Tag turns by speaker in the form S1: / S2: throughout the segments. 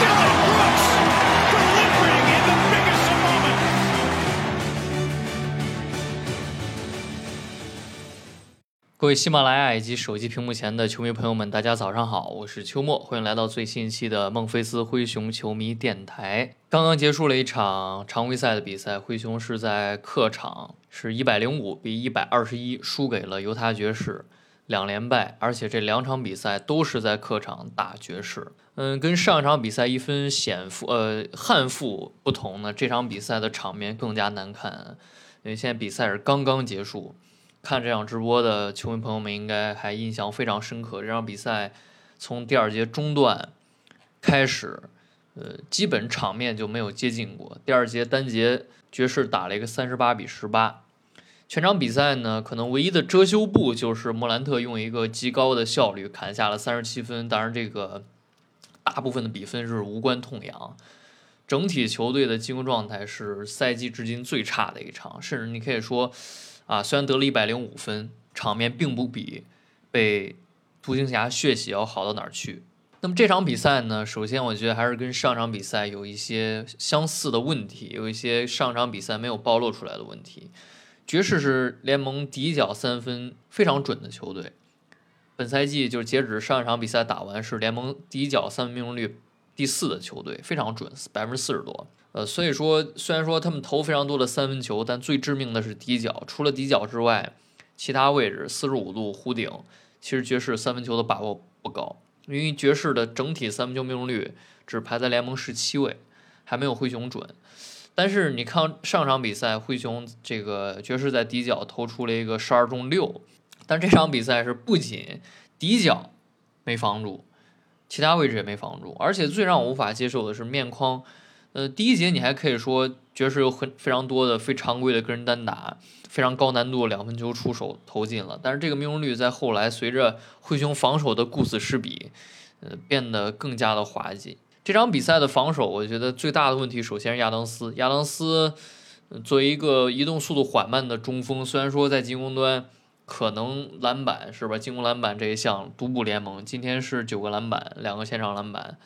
S1: Dylan Brooks delivering in the biggest of moments.
S2: Thank you 各位喜马拉雅以及手机屏幕前的球迷朋友们，大家早上好，我是秋末，欢迎来到最新一期的孟菲斯灰熊球迷电台。刚刚结束了一场常规赛的比赛，灰熊是在客场是一百零五比一百二十一输给了犹他爵士，两连败，而且这两场比赛都是在客场打爵士。嗯，跟上一场比赛一分险负呃憾负不同呢，这场比赛的场面更加难看，因为现在比赛是刚刚结束，看这场直播的球迷朋友们应该还印象非常深刻。这场比赛从第二节中段开始，呃，基本场面就没有接近过。第二节单节爵士打了一个三十八比十八，全场比赛呢，可能唯一的遮羞布就是莫兰特用一个极高的效率砍下了三十七分，当然这个大部分的比分是无关痛痒。整体球队的进攻状态是赛季至今最差的一场，甚至你可以说，啊，虽然得了一百零五分，场面并不比被独行侠血洗要好到哪儿去。那么这场比赛呢，首先我觉得还是跟上场比赛有一些相似的问题，有一些上场比赛没有暴露出来的问题。爵士是联盟第一脚三分非常准的球队，本赛季就是截止上一场比赛打完是联盟第一脚三分命中率第四的球队，非常准，百分之四十多。呃，所以说虽然说他们投非常多的三分球，但最致命的是底角，除了底角之外，其他位置四十五度弧顶，其实爵士三分球的把握不高，因为爵士的整体三分球命中率只排在联盟十七位，还没有灰熊准。但是你看上场比赛，灰熊这个爵士在底角投出了一个十二中六，但这场比赛是不仅底角没防住，其他位置也没防住，而且最让我无法接受的是面框。呃，第一节你还可以说爵士有很非常多的非常规的个人单打，非常高难度的两分球出手投进了，但是这个命中率在后来随着灰熊防守的顾此失彼，呃，变得更加的滑稽。这场比赛的防守，我觉得最大的问题首先是亚当斯，亚当斯呃作为一个移动速度缓慢的中锋，虽然说在进攻端。可能篮板是吧？进攻篮板这一项独步联盟，今天是九个篮板，两个现场篮板，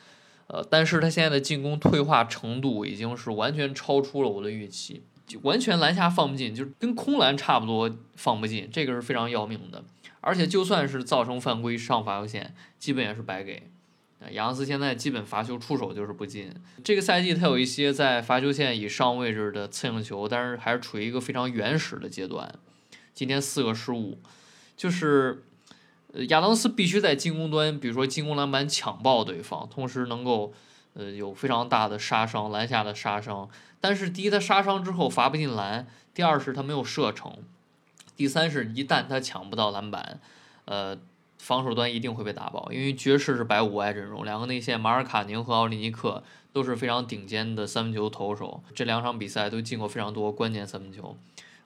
S2: 呃，但是他现在的进攻退化程度已经是完全超出了我的预期，就完全篮下放不进，就是跟空篮差不多放不进，这个是非常要命的。而且就算是造成犯规上罚球线，基本也是白给。呃亚当斯现在基本罚球出手就是不进。这个赛季他有一些在罚球线以上位置的策应球，但是还是处于一个非常原始的阶段。今天四个失误，就是呃亚当斯必须在进攻端，比如说进攻篮板抢爆对方，同时能够呃有非常大的杀伤，篮下的杀伤。但是第一，他杀伤之后罚不进篮；第二是他没有射程；第三是一旦他抢不到篮板，呃，防守端一定会被打爆，因为爵士是白五外阵容，两个内线马尔卡宁和奥利尼克都是非常顶尖的三分球投手，这两场比赛都进过非常多关键三分球。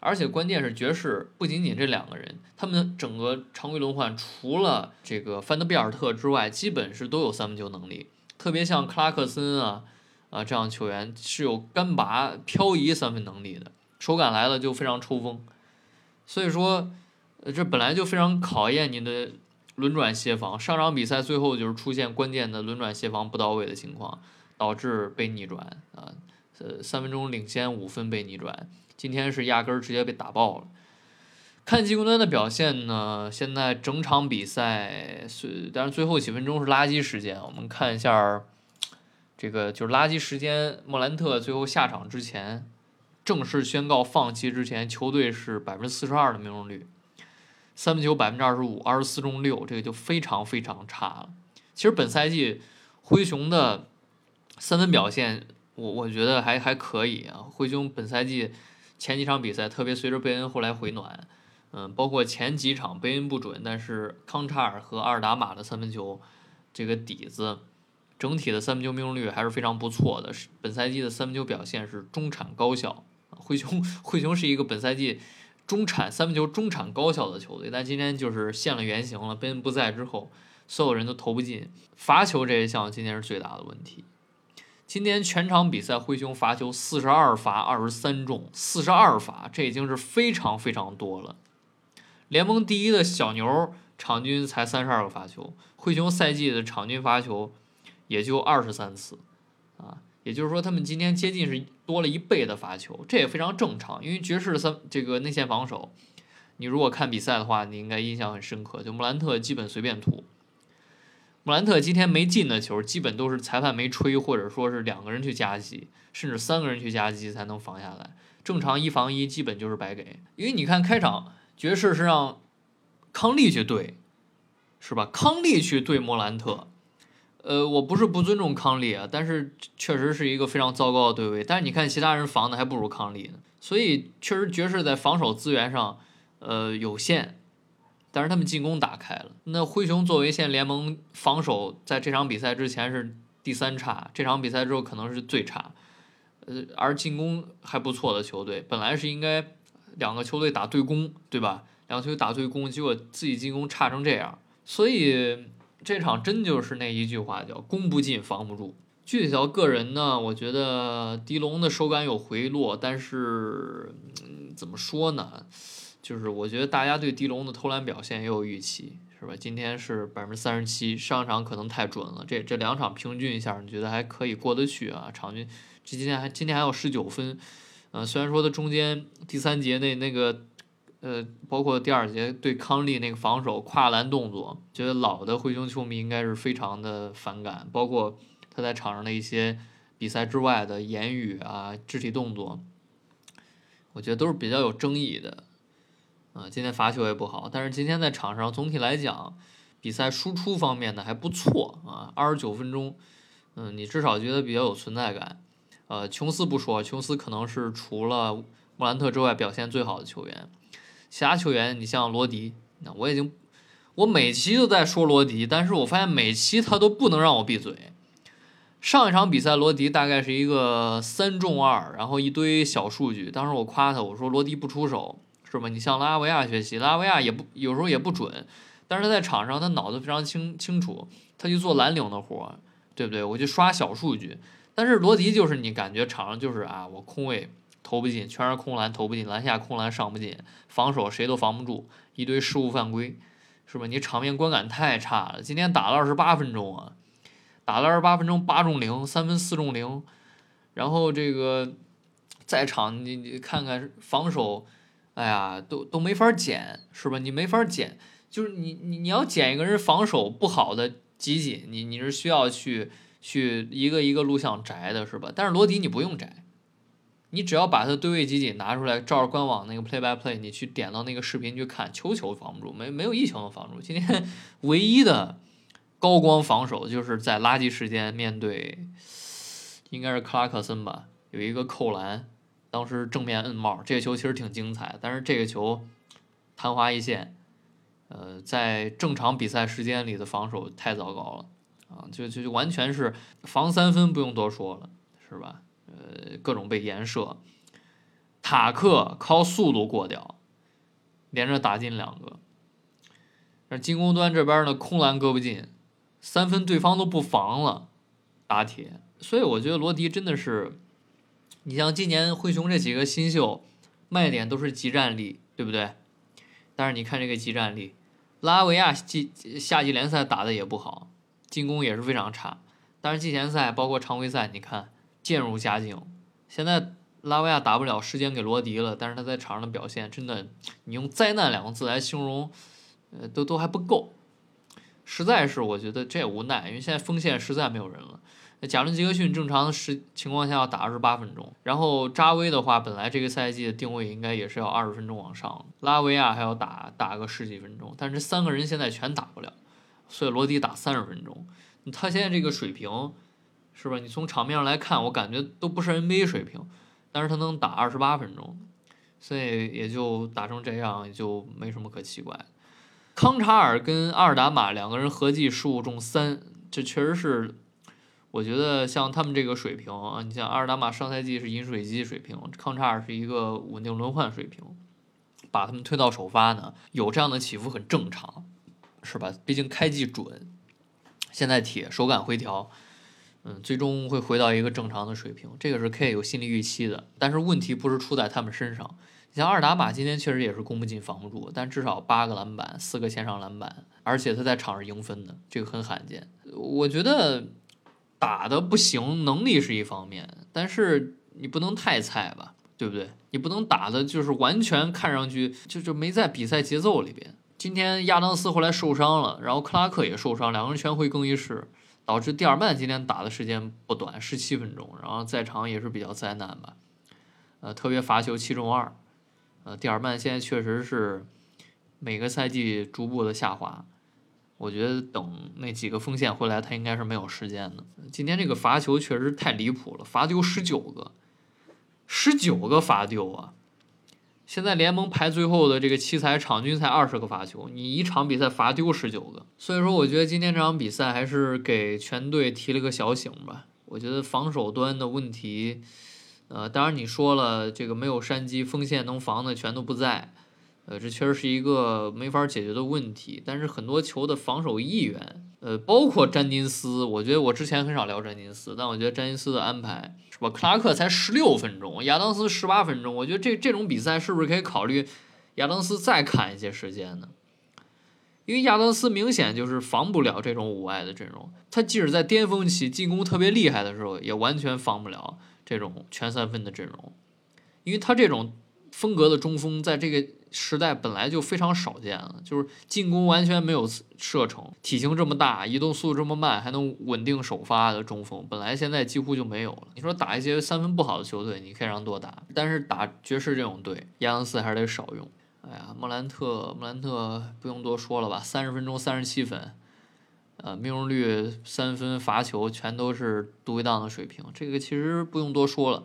S2: 而且关键是爵士不仅仅这两个人，他们整个常规轮换除了这个范德比尔特之外，基本是都有三分球能力。特别像克拉克森啊啊这样球员是有干拔漂移三分能力的，手感来了就非常抽风。所以说，呃这本来就非常考验你的轮转协防。上场比赛最后就是出现关键的轮转协防不到位的情况，导致被逆转啊，呃三分钟领先五分被逆转。今天是压根儿直接被打爆了。看进攻端的表现呢，现在整场比赛虽但是最后几分钟是垃圾时间，我们看一下儿这个就是垃圾时间，莫兰特最后下场之前正式宣告放弃之前，球队是百分之四十二的命中率，三分球百分之二十五，二十四中六，这个就非常非常差了。其实本赛季灰熊的三分表现，我我觉得还还可以啊。灰熊本赛季前几场比赛，特别随着贝恩后来回暖，嗯，包括前几场贝恩不准，但是康查尔和阿尔达马的三分球这个底子，整体的三分球命中率还是非常不错的。是本赛季的三分球表现是中产高效，啊灰熊灰熊是一个本赛季中产三分球中产高效的球队，但今天就是现了原形了。贝恩不在之后，所有人都投不进，罚球这一项今天是最大的问题。今天全场比赛，灰熊罚球四十二罚二十三中，四十二罚，这已经是非常非常多了。联盟第一的小牛场均才三十二个罚球，灰熊赛季的场均罚球也就二十三次，啊，也就是说他们今天接近是多了一倍的罚球，这也非常正常，因为爵士的三这个内线防守，你如果看比赛的话，你应该印象很深刻，就莫兰特基本随便突。莫兰特今天没进的球，基本都是裁判没吹，或者说是两个人去夹击，甚至三个人去夹击才能防下来。正常一防一，基本就是白给。因为你看开场爵士是让康利去对，是吧？康利去对莫兰特。呃，我不是不尊重康利啊，但是确实是一个非常糟糕的对位。但是你看其他人防的还不如康利呢，所以确实爵士在防守资源上，呃，有限。但是他们进攻打开了。那灰熊作为现联盟防守，在这场比赛之前是第三差，这场比赛之后可能是最差。呃，而进攻还不错的球队，本来是应该两个球队打对攻，对吧？两个球队打对攻，结果自己进攻差成这样，所以这场真就是那一句话叫“攻不进，防不住”。具体到个人呢，我觉得迪龙的手感有回落，但是、嗯、怎么说呢？就是我觉得大家对迪龙的投篮表现也有预期，是吧？今天是百分之三十七，上场可能太准了。这这两场平均一下，你觉得还可以过得去啊？场均这今天还今天还有十九分，呃，虽然说他中间第三节那那个呃，包括第二节对康利那个防守跨栏动作，觉得老的灰熊球迷应该是非常的反感，包括他在场上的一些比赛之外的言语啊、肢体动作，我觉得都是比较有争议的。啊，今天罚球也不好，但是今天在场上总体来讲，比赛输出方面呢还不错啊。二十九分钟，嗯，你至少觉得比较有存在感。呃，琼斯不说，琼斯可能是除了莫兰特之外表现最好的球员。其他球员，你像罗迪，那我已经，我每期都在说罗迪，但是我发现每期他都不能让我闭嘴。上一场比赛，罗迪大概是一个三中二，然后一堆小数据。当时我夸他，我说罗迪不出手。是吧？你向拉维亚学习，拉维亚也不有时候也不准，但是他在场上他脑子非常清清楚，他去做蓝领的活，对不对？我去刷小数据。但是罗迪就是你感觉场上就是啊，我空位投不进，全是空篮投不进，篮下空篮上不进，防守谁都防不住，一堆失误犯规，是吧？你场面观感太差了。今天打了二十八分钟啊，打了二十八分钟，八中零，三分四中零，然后这个在场你你看看防守。哎呀，都都没法减，是吧？你没法减，就是你你你要减一个人防守不好的集锦，你你是需要去去一个一个录像摘的，是吧？但是罗迪你不用摘，你只要把他对位集锦拿出来，照着官网那个 play by play，你去点到那个视频去看，球球防不住，没没有一球能防住。今天 唯一的高光防守就是在垃圾时间面对，应该是克拉克森吧，有一个扣篮。当时正面摁帽，这个球其实挺精彩，但是这个球昙花一现，呃，在正常比赛时间里的防守太糟糕了啊！就就就完全是防三分不用多说了，是吧？呃，各种被延射，塔克靠速度过掉，连着打进两个。而进攻端这边呢，空篮搁不进，三分对方都不防了，打铁。所以我觉得罗迪真的是。你像今年灰熊这几个新秀，卖点都是集战力，对不对？但是你看这个集战力，拉维亚季夏季联赛打的也不好，进攻也是非常差。但是季前赛包括常规赛，你看渐入佳境。现在拉维亚打不了，时间给罗迪了，但是他在场上的表现真的，你用灾难两个字来形容，呃，都都还不够。实在是我觉得这也无奈，因为现在锋线实在没有人了。贾伦·杰克逊正常时情况下要打二十八分钟，然后扎威的话，本来这个赛季的定位应该也是要二十分钟往上，拉维亚还要打打个十几分钟，但是这三个人现在全打不了，所以罗迪打三十分钟，他现在这个水平，是吧？你从场面上来看，我感觉都不是 NBA 水平，但是他能打二十八分钟，所以也就打成这样，也就没什么可奇怪。康查尔跟阿尔达马两个人合计十五中三，这确实是。我觉得像他们这个水平啊，你像阿尔达马上赛季是饮水机水平，康查尔是一个稳定轮换水平，把他们推到首发呢，有这样的起伏很正常，是吧？毕竟开季准，现在铁手感回调，嗯，最终会回到一个正常的水平，这个是 K 有心理预期的。但是问题不是出在他们身上，你像二打马今天确实也是攻不进防不住，但至少八个篮板，四个线上篮板，而且他在场上赢分的，这个很罕见。我觉得打的不行，能力是一方面，但是你不能太菜吧，对不对？你不能打的就是完全看上去就就没在比赛节奏里边。今天亚当斯后来受伤了，然后克拉克也受伤，两个人全回更衣室，导致蒂尔曼今天打的时间不短，十七分钟，然后在场也是比较灾难吧。呃，特别罚球七中二，呃，蒂尔曼现在确实是每个赛季逐步的下滑。我觉得等那几个锋线回来，他应该是没有时间的。今天这个罚球确实太离谱了，罚丢十九个，十九个罚丢啊！现在联盟排最后的这个奇才场均才二十个罚球，你一场比赛罚丢十九个，所以说我觉得今天这场比赛还是给全队提了个小醒吧。我觉得防守端的问题，呃，当然你说了这个没有山鸡，锋线能防的全都不在，呃，这确实是一个没法解决的问题。但是很多球的防守意愿，呃，包括詹金斯，我觉得我之前很少聊詹金斯，但我觉得詹金斯的安排是吧？克拉克才十六分钟，亚当斯十八分钟，我觉得这这种比赛是不是可以考虑亚当斯再砍一些时间呢？因为亚当斯明显就是防不了这种五外的阵容，他即使在巅峰期进攻特别厉害的时候，也完全防不了这种全三分的阵容，因为他这种风格的中锋在这个时代本来就非常少见了，就是进攻完全没有射程，体型这么大，移动速度这么慢，还能稳定首发的中锋，本来现在几乎就没有了。你说打一些三分不好的球队，你可以让多打，但是打爵士这种队，亚当斯还是得少用。哎呀，莫兰特，莫兰特不用多说了吧，三十分钟三十七分，呃，命中率、三分、罚球全都是独一档的水平，这个其实不用多说了。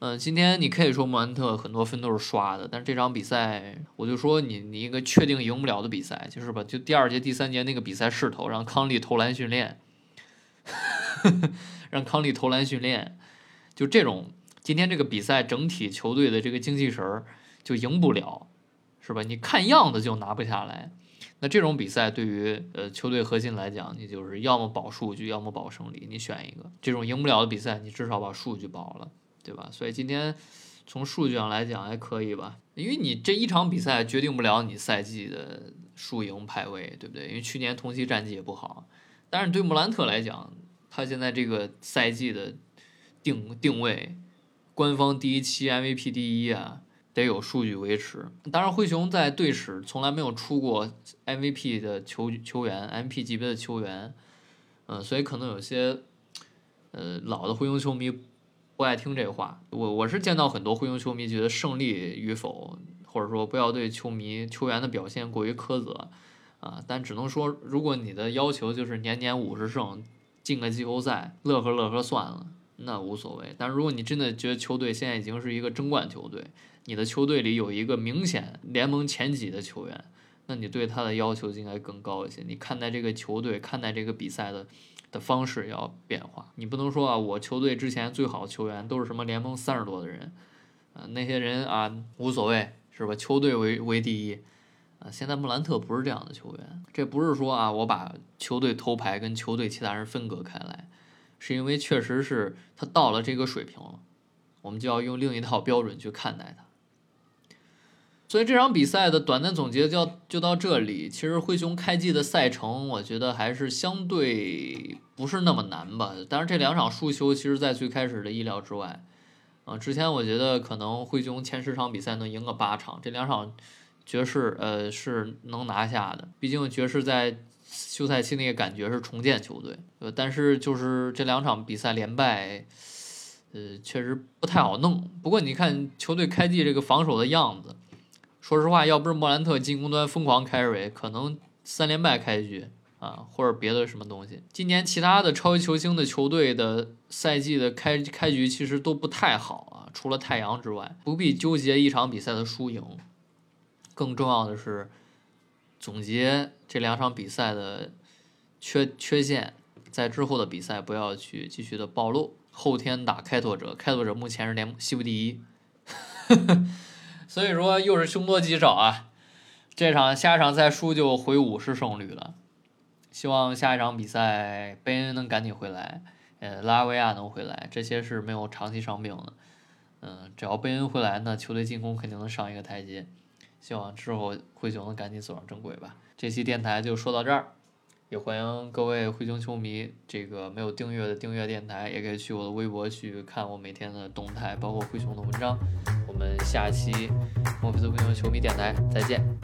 S2: 嗯，今天你可以说莫兰特很多分都是刷的，但是这场比赛，我就说你你一个确定赢不了的比赛，就是吧，就第二节、第三节那个比赛势头，让康利投篮训练， 让康利投篮训练，就这种今天这个比赛整体球队的这个精气神儿就赢不了，是吧？你看样子就拿不下来。那这种比赛对于呃球队核心来讲，你就是要么保数据，要么保胜利，你选一个。这种赢不了的比赛，你至少把数据保了。对吧？所以今天从数据上来讲还可以吧，因为你这一场比赛决定不了你赛季的输赢排位，对不对？因为去年同期战绩也不好，但是对莫兰特来讲，他现在这个赛季的定定位，官方第一期 MVP 第一啊，得有数据维持。当然，灰熊在队史从来没有出过 MVP 的球球员，MVP 级别的球员，嗯、所以可能有些呃老的灰熊球迷不爱听这话。我我是见到很多灰熊球迷觉得胜利与否，或者说不要对球迷球员的表现过于苛责啊。但只能说，如果你的要求就是年年五十胜，进个季后赛，乐呵乐呵算了，那无所谓。但如果你真的觉得球队现在已经是一个争冠球队，你的球队里有一个明显联盟前几的球员。那你对他的要求就应该更高一些。你看待这个球队、看待这个比赛的的方式要变化。你不能说啊，我球队之前最好的球员都是什么联盟三十多的人，啊、那些人啊无所谓是吧？球队为为第一，啊，现在莫兰特不是这样的球员。这不是说啊，我把球队头牌跟球队其他人分隔开来，是因为确实是他到了这个水平了，我们就要用另一套标准去看待他。所以这场比赛的短暂总结就到就到这里。其实灰熊开季的赛程，我觉得还是相对不是那么难吧。当然，这两场输球，其实在最开始的意料之外。啊、之前我觉得可能灰熊前十场比赛能赢个八场，这两场爵士呃是能拿下的。毕竟爵士在休赛期那个感觉是重建球队，呃，但是就是这两场比赛连败，呃，确实不太好弄。不过你看球队开季这个防守的样子。说实话，要不是莫兰特进攻端疯狂 carry，可能三连败开局啊，或者别的什么东西。今年其他的超级球星的球队的赛季的开开局其实都不太好啊，除了太阳之外，不必纠结一场比赛的输赢，更重要的是总结这两场比赛的缺缺陷，在之后的比赛不要去继续的暴 露。后天打开拓者，开拓者目前是联盟西部第一。所以说又是凶多吉少啊！这场下一场再输就回五十胜率了。希望下一场比赛贝恩能赶紧回来，呃，拉维亚能回来，这些是没有长期伤病的。嗯，只要贝恩回来呢，球队进攻肯定能上一个台阶。希望之后灰熊能赶紧走上正轨吧。这期电台就说到这儿，也欢迎各位灰熊球迷，这个没有订阅的订阅电台，也可以去我的微博去看我每天的动态，包括灰熊的文章。我们下期墨菲斯灰熊球迷电台再见。